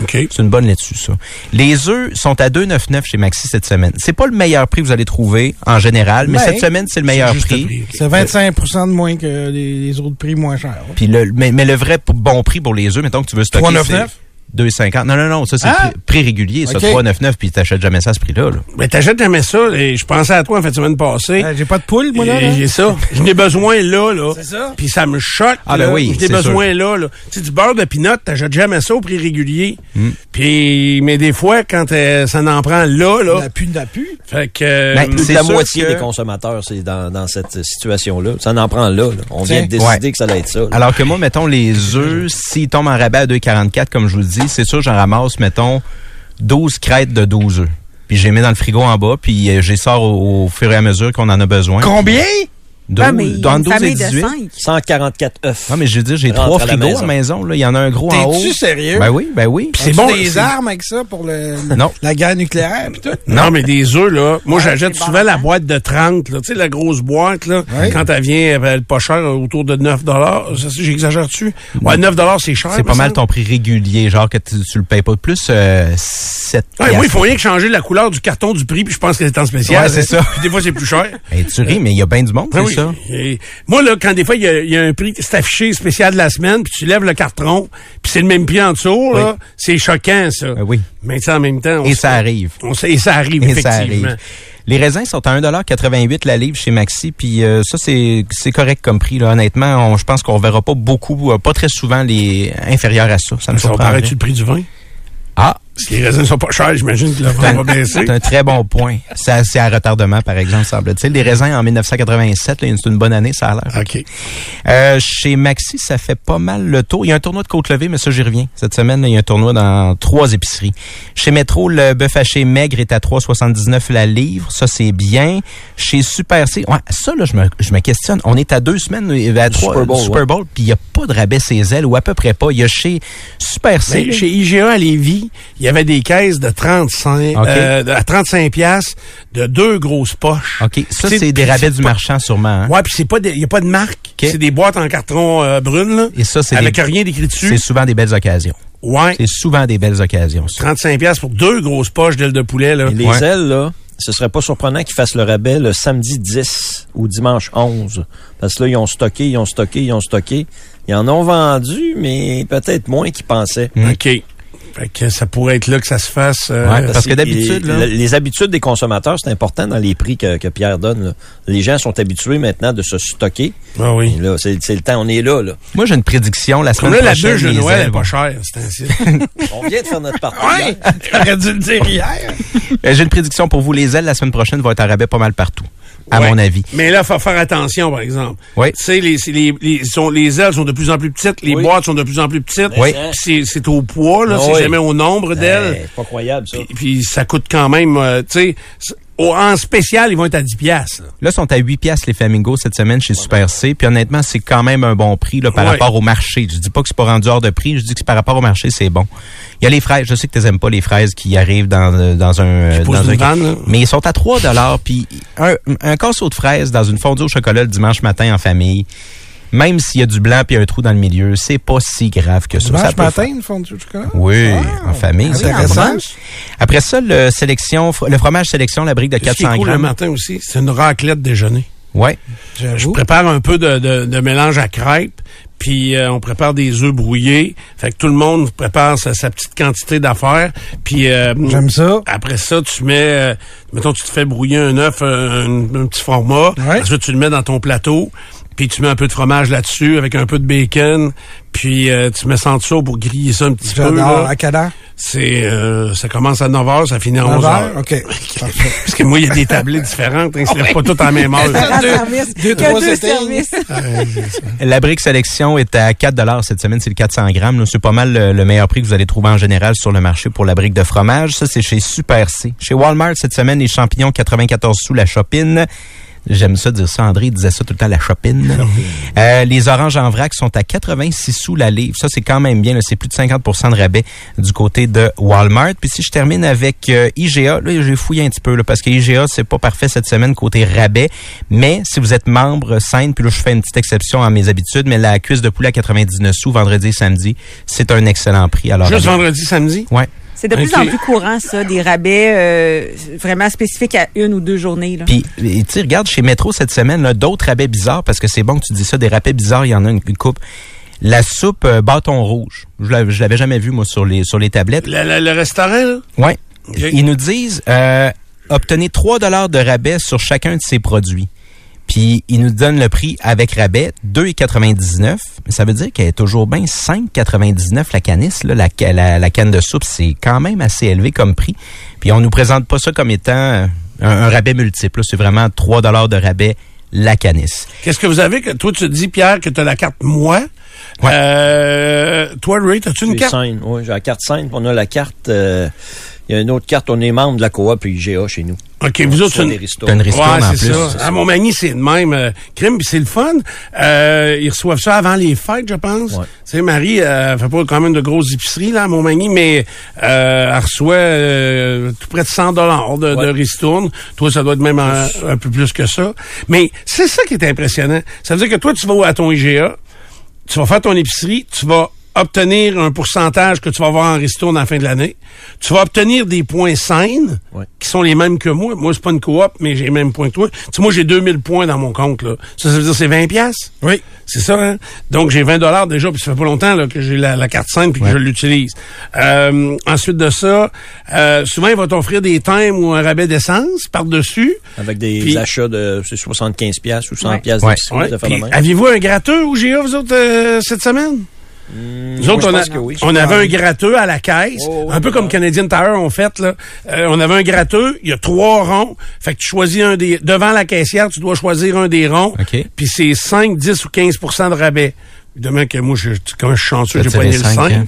OK. c'est une bonne laitue, ça. Les œufs sont à 2,99 chez Maxi cette semaine. C'est pas le meilleur prix que vous allez trouver en général, mais Ben, cette semaine, c'est le meilleur Juste prix. le prix, OK. C'est 25 de moins que les, les autres prix moins chers. Puis le, mais, mais le vrai p- bon prix pour les œufs, mettons que tu veux stocker. 3,99? c'est 2,50. Non, non, non, ça, c'est le Ah! prix, prix régulier, ça, OK. 3,99, puis t'achètes jamais ça à ce prix-là. là. Mais Ben, t'achètes jamais ça. Et je pensais à toi en fin de semaine passée. Euh, J'ai pas de poule, moi, là. là. Et J'ai ça. J'en ai besoin là, là. C'est ça. Puis ça me choque. Ah, ben là. oui, J'en ai c'est besoin là, là. Tu sais, du beurre de pinot, t'achètes jamais ça au prix régulier. Puis, mais des fois, quand euh, ça en prend là, là. La pu, la pu. Fait que. euh, Ben, Plus de C'est la sûr moitié que- des consommateurs, c'est dans, dans cette euh, situation-là. Ça en prend là. là. On vient de décider Ouais. que ça allait être ça. là. Alors que moi, mettons, les œufs, s'ils tombent en rabais à 2,44, comme je vous le dis, c'est sûr, j'en ramasse, mettons, 12 crêtes de 12 œufs. Puis je les mets dans le frigo en bas, puis euh, je les sors au, au fur et à mesure qu'on en a besoin. Combien? 12, Ouais, Ah, mais il y a dans une 12 et famille de 18. cinq. 144 œufs. Non, mais je veux dire, j'ai Rentre trois à la frigos maison. à la maison. Là. Il y en a un gros en haut. T'es-tu sérieux? Ben oui, ben oui. Puis c'est bon. des armes avec ça pour le, Non. la guerre nucléaire pis tout? Non, mais des œufs, là. Moi, Ouais, j'achète c'est souvent hein? la boîte de 30, là. Tu sais, la grosse boîte, là. Ouais. Quand elle vient, elle elle est pas chère, autour de 9 Ça, c'est- J'exagère-tu? Ouais, 9 c'est cher. C'est pas me mal semble. ton prix régulier, genre que tu, tu le payes pas de plus. Euh, 7 Ouais, moi, il faut rien que changer la couleur du carton du prix, puis je pense que c'est en spécial. hein. Ouais, c'est ça. Puis des fois, c'est plus cher. *laughs* Hey, Ben, tu ris, mais il y a bien du monde, Ah c'est oui. ça? Et moi, là, quand des fois, il y, a- il y a un prix, c'est affiché spécial de la semaine, puis tu lèves le carton, puis c'est le même prix en dessous, là, c'est choquant, ça. Ben oui. Mais tu sais, en même temps... on Et se- ça arrive. on se- et ça arrive, Et ça effectivement. arrive. Les raisins sont à 1,88 la livre chez Maxi, puis euh, ça c'est c'est correct comme prix là. Honnêtement, on- je pense qu'on verra pas beaucoup, euh, pas très souvent les inférieurs à ça. Ça me Ça surprend. hein. paraît-tu le prix du vin? Ah, Si les raisins sont pas chers, j'imagine que le c'est vin va un, baisser. c'est un très bon point. Ça c'est à retardement par exemple semble-t-il. Les raisins en 1987, là, c'est une bonne année ça a l'air. OK. Euh, chez Maxi, ça fait pas mal le tour. Il y a un tournoi de côte levée, mais ça, j'y reviens. Cette semaine, il y a un tournoi dans trois épiceries. Chez Métro, le bœuf haché maigre est à 3,79 la livre. Ça, c'est bien. Chez Super C, ouais, ça, là, je me, je me questionne. On est à deux semaines, euh, à trois, Super Bowl, du Super ouais. Bowl, puis il n'y a pas de rabais ses ailes, ou à peu près pas. Il y a chez Super C. Mais Ben, chez IGA à Lévis, il y avait des caisses de 35, OK. euh, de- à 35 piastres de deux grosses poches. OK, ça, Puis c'est des puis rabais c'est du pas- marchand, sûrement. hein? Ouais, puis c'est pas, des- il y a pas de marque. OK. C'est des boîtes en carton euh, brune là. Et ça, c'est avec des- rien d'écrit dessus. C'est souvent des belles occasions. Ouais, C'est souvent des belles occasions, ça. 35 pièces pour deux grosses poches d'ailes de poulet là. Et les Ouais. ailes, là, ce serait pas surprenant qu'ils fassent le rabais le samedi 10 ou dimanche 11. Parce que là, ils ont stocké, ils ont stocké, ils ont stocké. Ils en ont vendu, mais peut-être moins qu'ils pensaient. OK. Fait que ça pourrait être là que ça se fasse. euh, hein? Ouais, parce que qu'il- d'habitude, là- le- Les, habitudes des consommateurs, c'est important dans les prix que, que Pierre donne. là. Les gens sont habitués maintenant de se stocker. Ah oui. Et là, c'est c'est le temps, on est là. là. Moi, j'ai une prédiction. La Comme semaine là, la prochaine, bûche de les Noël, elle ailes est vont- pas chère. C'est ainsi. *laughs* On vient de faire notre partie. Ouais! T'aurais dû le dire hier. Euh, J'ai une prédiction pour vous. Les ailes, la semaine prochaine, vont être à rabais pas mal partout, à Ouais. mon avis. Mais là, faut faire attention, par exemple. Oui. Tu sais, les, c'est les, les, sont, les ailes sont de plus en plus petites, les Oui. boîtes sont de plus en plus petites. Oui. Puis C'est, c'est au poids, là, Ah c'est oui. jamais au nombre d'ailes. Hey, c'est pas croyable, ça. Puis, puis ça coûte quand même, euh, tu sais, c'est- au- en spécial, ils vont être à 10 piastres. là. Là, sont à 8 piastres les Flamingos cette semaine chez Super C. Puis honnêtement, c'est quand même un bon prix là, par Ouais. rapport au marché. Je dis pas que c'est pas rendu hors de prix. Je dis que par rapport au marché, c'est bon. Il y a les fraises. Je sais que tu aimes pas les fraises qui arrivent dans, euh, dans un... euh, poussent dans d'une un- vanne, là. Mais ils sont à 3 Puis un, un casseau de fraises dans une fondue au chocolat le dimanche matin en famille, même s'il y a du blanc puis un trou dans le milieu, c'est pas si grave que ça. Ça Dimanche peut matin, une fondue au chocolat? Oui, Ah, en famille. ça, intéressant. comprends? Après ça, le sélection, fr- le fromage sélection, la brique de Ce qui 400 est cool le grammes. matin aussi, c'est une raclette déjeuner. Ouais. Je J'avoue. prépare un peu de, de- de mélange à crêpes, puis euh, on prépare des œufs brouillés. Fait que tout le monde prépare sa, sa petite quantité d'affaires. Puis euh, J'aime ça. Après ça, tu mets, euh, mettons, tu te fais brouiller un œuf, euh, un, un petit format. Ouais. Ensuite, tu le mets dans ton plateau. Puis tu mets un peu de fromage là-dessus avec un peu de bacon. Puis euh, tu mets ça en dessous pour griller ça un petit peu. J'adore. là. À quelle heure? C'est, euh, ça commence à 9h, ça finit à 9 11h. heures? OK. Parfait. Parce que moi, il y a des tablées différentes. hein, Ils se lèvent pas toutes à la même *laughs* heure. *laughs* Grand Deux- service. deux, Il y a trois deux étages. services. La brique sélection est à 4 cette semaine, c'est le 400 grammes. là. C'est pas mal le, le meilleur prix que vous allez trouver en général sur le marché pour la brique de fromage. Ça, c'est chez Super C. Chez Walmart, cette semaine, les champignons 94 sous la chopine. J'aime ça dire ça. André il disait ça tout le temps, la chopine. Ah Euh, les oranges en vrac sont à 86 sous la livre. Ça, c'est quand même bien. là. C'est plus de 50 de rabais du côté de Walmart. Puis si je termine avec euh, IGA, là, j'ai fouillé un petit peu là, parce que IGA, c'est pas parfait cette semaine côté rabais. Mais si vous êtes membre scène, puis là, je fais une petite exception à mes habitudes, mais la cuisse de poulet à 99 sous, vendredi et samedi, c'est un excellent prix. Alors, Juste allez- vendredi, samedi. Ouais. C'est de plus Ok. en plus courant, ça, des rabais euh, vraiment spécifiques à une ou deux journées. Là. Puis, et tu sais, regarde, chez Métro cette semaine, là, d'autres rabais bizarres, parce que c'est bon que tu dis ça, des rabais bizarres, il y en a une, une coupe. La soupe euh, bâton rouge. Je l'avais, je l'avais jamais vu, moi, sur les, sur les tablettes. Le, le- le restaurant, là? Ouais. Ok. Ils nous disent, euh, obtenez 3 dollars de rabais sur chacun de ces produits. Puis, ils nous donnent le prix avec rabais, 2,99. Mais ça veut dire qu'elle est toujours bien 5,99 la canisse, là, la, ca- la, la canne de soupe. C'est quand même assez élevé comme prix. Puis, on nous présente pas ça comme étant euh, un, un rabais multiple. là. C'est vraiment 3 dollars de rabais la canisse. Qu'est-ce que vous avez? Que, toi, tu dis, Pierre, que tu as la carte moi. Euh, toi, Ray, as-tu une J'ai carte? scène, oui, j'ai la carte scène, puis on a la carte. euh, Il y a une autre carte, on est membre de la coop et IGA chez nous. OK, vous autres, Sur c'est des ristournes. T'as une ristourne Ouais, en c'est plus, ça. c'est À ça. Montmagny, c'est le même euh, crime, puis c'est le fun. Euh, ils reçoivent ça avant les fêtes, je pense. Tu sais, Marie, euh, elle fait pas quand même de grosses épiceries, là, à Montmagny, mais euh, elle reçoit euh, tout près de 100 dollars de, de ristourne. Toi, ça doit être même un, un peu plus que ça. Mais c'est ça qui est impressionnant. Ça veut dire que toi, tu vas à ton IGA, tu vas faire ton épicerie, tu vas obtenir un pourcentage que tu vas avoir en ristourne à la fin de l'année. Tu vas obtenir des points saines qui sont les mêmes que moi. Moi, c'est pas une coop, mais j'ai les mêmes points que toi. Tu sais, moi, j'ai 2000 points dans mon compte. Là. Ça, ça veut dire c'est 20 pièces. Oui. C'est ça, hein? Donc, j'ai 20 dollars déjà, puis ça fait pas longtemps là, que j'ai la, la carte saine puis que je l'utilise. Euh, ensuite de ça, euh, souvent, il va t'offrir des thèmes ou un rabais d'essence par-dessus. Avec des Puis- achats de c'est 75 pièces ou 100 Ouais. pièces Ouais. d'épicerie, Ouais. ça fait Puis, la même. Aviez-vous un gratteux au GA, vous autres, euh, cette semaine? Nous Hmm, moi, autres, je on, a- pense que oui. Oh, on Je avait pense. un gratteux à la caisse, un peu comme Canadian Tire ont fait. Là. Euh, on avait un gratteux, il y a trois ronds. Fait que tu choisis un des... Devant la caissière, tu dois choisir un des ronds. OK. Puis c'est 5, 10 ou 15 de rabais. Évidemment que moi, je, quand je suis chanceux, T'as j'ai tiré pogné le cinq, 5. hein.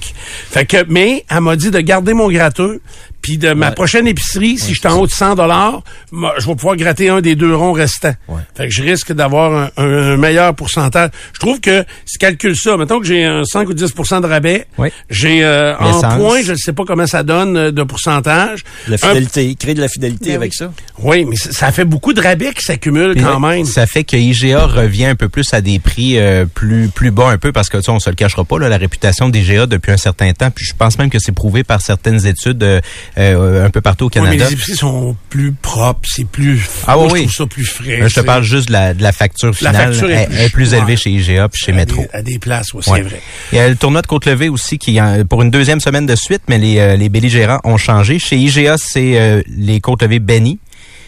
Fait que, mais elle m'a dit de garder mon gratteux, puis de ma prochaine épicerie, si je suis en haut de 100 dollars, je vais pouvoir gratter un des deux ronds restants. Fait que je risque d'avoir un, un- un meilleur pourcentage. Je trouve que si je calcule ça, mettons que j'ai un 5 ou 10 de rabais, Oui. j'ai euh, en L'essence. points, je ne sais pas comment ça donne euh, de pourcentage. La Un- fidélité, créer de la fidélité Ben avec oui. ça. oui, mais c- ça fait beaucoup de rabais qui s'accumulent quand Puis, même. Ça fait que IGA revient un peu plus à des prix euh, plus plus bas un peu parce que tu sais, on se le cachera pas là, la réputation d'IGA depuis un certain temps. Puis je pense même que c'est prouvé par certaines études euh, euh, un peu partout au Ouais, mais Canada. les épiceries sont plus propres, c'est plus... Ah moi, oui, Je oui. trouve ça plus frais. Là, je te c'est- parle juste de la, de la facture La finale. facture est Elle- plus elle est plus chère. Ah, élevée chez IGA puis chez à Metro. des- À des places, ouais, Ouais. c'est vrai. Il y a le tournoi de Côte-Levée aussi qui, euh, pour une deuxième semaine de suite, mais les, euh, les belligérants ont changé. Chez IGA, c'est euh, les Côte-Levée Benny.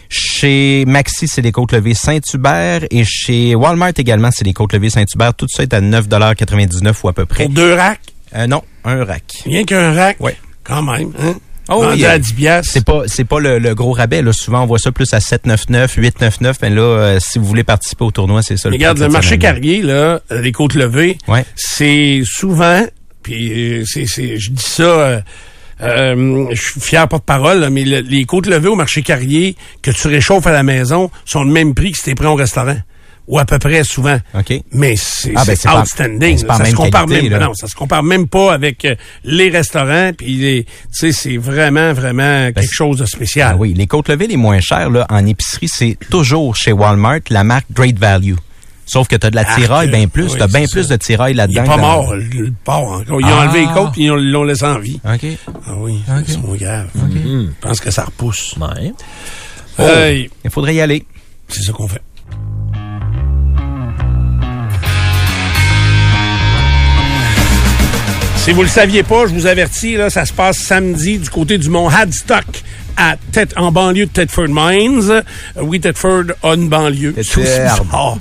Chez Maxi, c'est les Côtes-Levées Saint-Hubert. Et chez Walmart également, c'est les Côtes-Levées Saint-Hubert. Tout ça est à 9,99 ou à peu près. Pour deux racks, Euh, non, un rack. rien qu'un rack, Ouais. quand même. Hein? Oh, Vendu oui, à euh, 10 piastres. C'est pas c'est pas le, le gros rabais. Là. Souvent, on voit ça plus à 7,99, 8,99. Mais là, euh, si vous voulez participer au tournoi, c'est ça. Mais Regarde, prix le de cette marché semaine-là. carrier, là, euh, les côtes levées, Ouais. c'est souvent, puis euh, c'est, c'est, je dis ça, euh, euh, je suis fier porte-parole, là, mais le- les côtes levées au marché carrier que tu réchauffes à la maison sont le même prix que si t'es prêt au restaurant. Ou à peu près souvent. OK. Mais c'est, Ah, ben, c'est c'est pas- outstanding. c'est là. pas en ça se même compare qualité, même là. non, ça se compare même pas avec euh, les restaurants. Puis les, tu sais, c'est vraiment, vraiment quelque Ben, c'est- chose de spécial. Ah oui, les côtes levées les moins chères là, en épicerie, c'est toujours chez Walmart la marque Great Value. Sauf que tu as de la Ah, tiraille que- bien plus, oui, tu as bien c'est plus ça. de tiraille Il est là-dedans. pas que dans- mort, le- le porc encore. Ils ont Ah. enlevé les côtes puis ils l'ont- l'ont laissé en vie. OK. Ah oui, ils sont graves. Hmm. Je pense que ça repousse. Ouais. Hey, Il faudrait y aller. c'est ça qu'on fait. Si vous le saviez pas, je vous avertis, là, ça se passe samedi du côté du mont Hadstock, à Tet- en banlieue de Thetford Mines. Euh, Oui, Thetford a une banlieue. Thetford. C'est bizarre.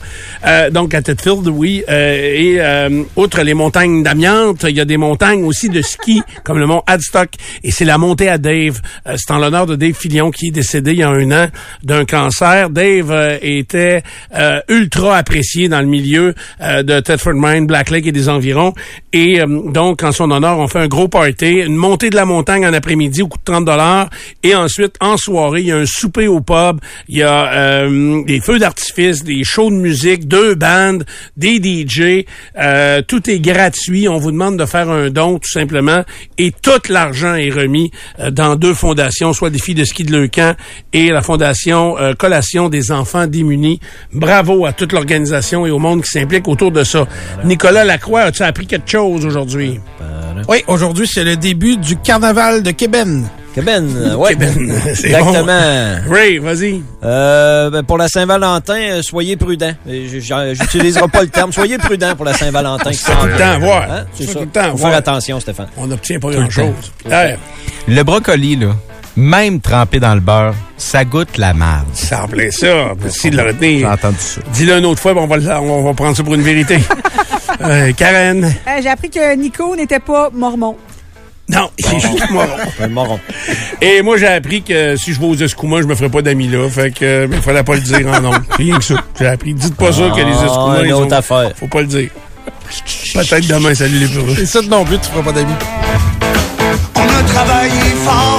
Euh, donc, à Thetfield, oui. Euh, et euh, outre les montagnes d'amiante, il y a des montagnes aussi de ski, comme le mont Hadstock. Et c'est la montée à Dave. Euh, c'est en l'honneur de Dave Filion qui est décédé il y a un an d'un cancer. Dave euh, était euh, ultra apprécié dans le milieu euh, de Thetford Mines, Black Lake et des environs. Et euh, donc, en son honneur, on fait un gros party, une montée de la montagne en après-midi au coût de 30 dollars. Et ensuite, en soirée, il y a un souper au pub, il y a euh, des feux d'artifice, des shows de musique, deux bandes, des DJ. Euh, tout est gratuit. On vous demande de faire un don, tout simplement. Et tout l'argent est remis euh, dans deux fondations, soit des filles de ski de Leucan et la fondation euh, Collation des enfants démunis. Bravo à toute l'organisation et au monde qui s'implique autour de ça. Nicolas Lacroix, as-tu appris quelque chose aujourd'hui? Oui, aujourd'hui, c'est le début du carnaval de Québec. Keben, euh, ouais. Keben, *laughs* c'est Eh ben, Exactement. Ray, vas-y. Euh, ben, pour la Saint-Valentin, euh, soyez prudents. Et je- je- J'utiliserai pas le terme. Soyez prudents pour la Saint-Valentin. C'est tout le temps à voir. Hein? C'est C'est ça. tout le temps à Faut voir. faire attention, Stéphane. On n'obtient pas grand-chose. Hey, Le brocoli, là, même trempé dans le beurre, ça goûte la marde. ça en plaît ça. Merci de le J'ai retenir. entendu ça. Dis-le une autre fois, puis on va, le- on va prendre ça pour une vérité. Euh, Karen. Euh, J'ai appris que Nico n'était pas mormon. Non, c'est juste moi. Un moron. Et moi, j'ai appris que si je vais aux Escoumins, je me ferai pas d'amis là. Fait que, euh, il fallait pas le dire en nom. Rien que ça. J'ai appris. Dites pas ça que les Escoumins, Ah, une ils autre ont- affaire. Faut pas le dire. Peut-être demain, salut les peureux. Et ça non plus, tu feras pas d'amis. On a travaillé fort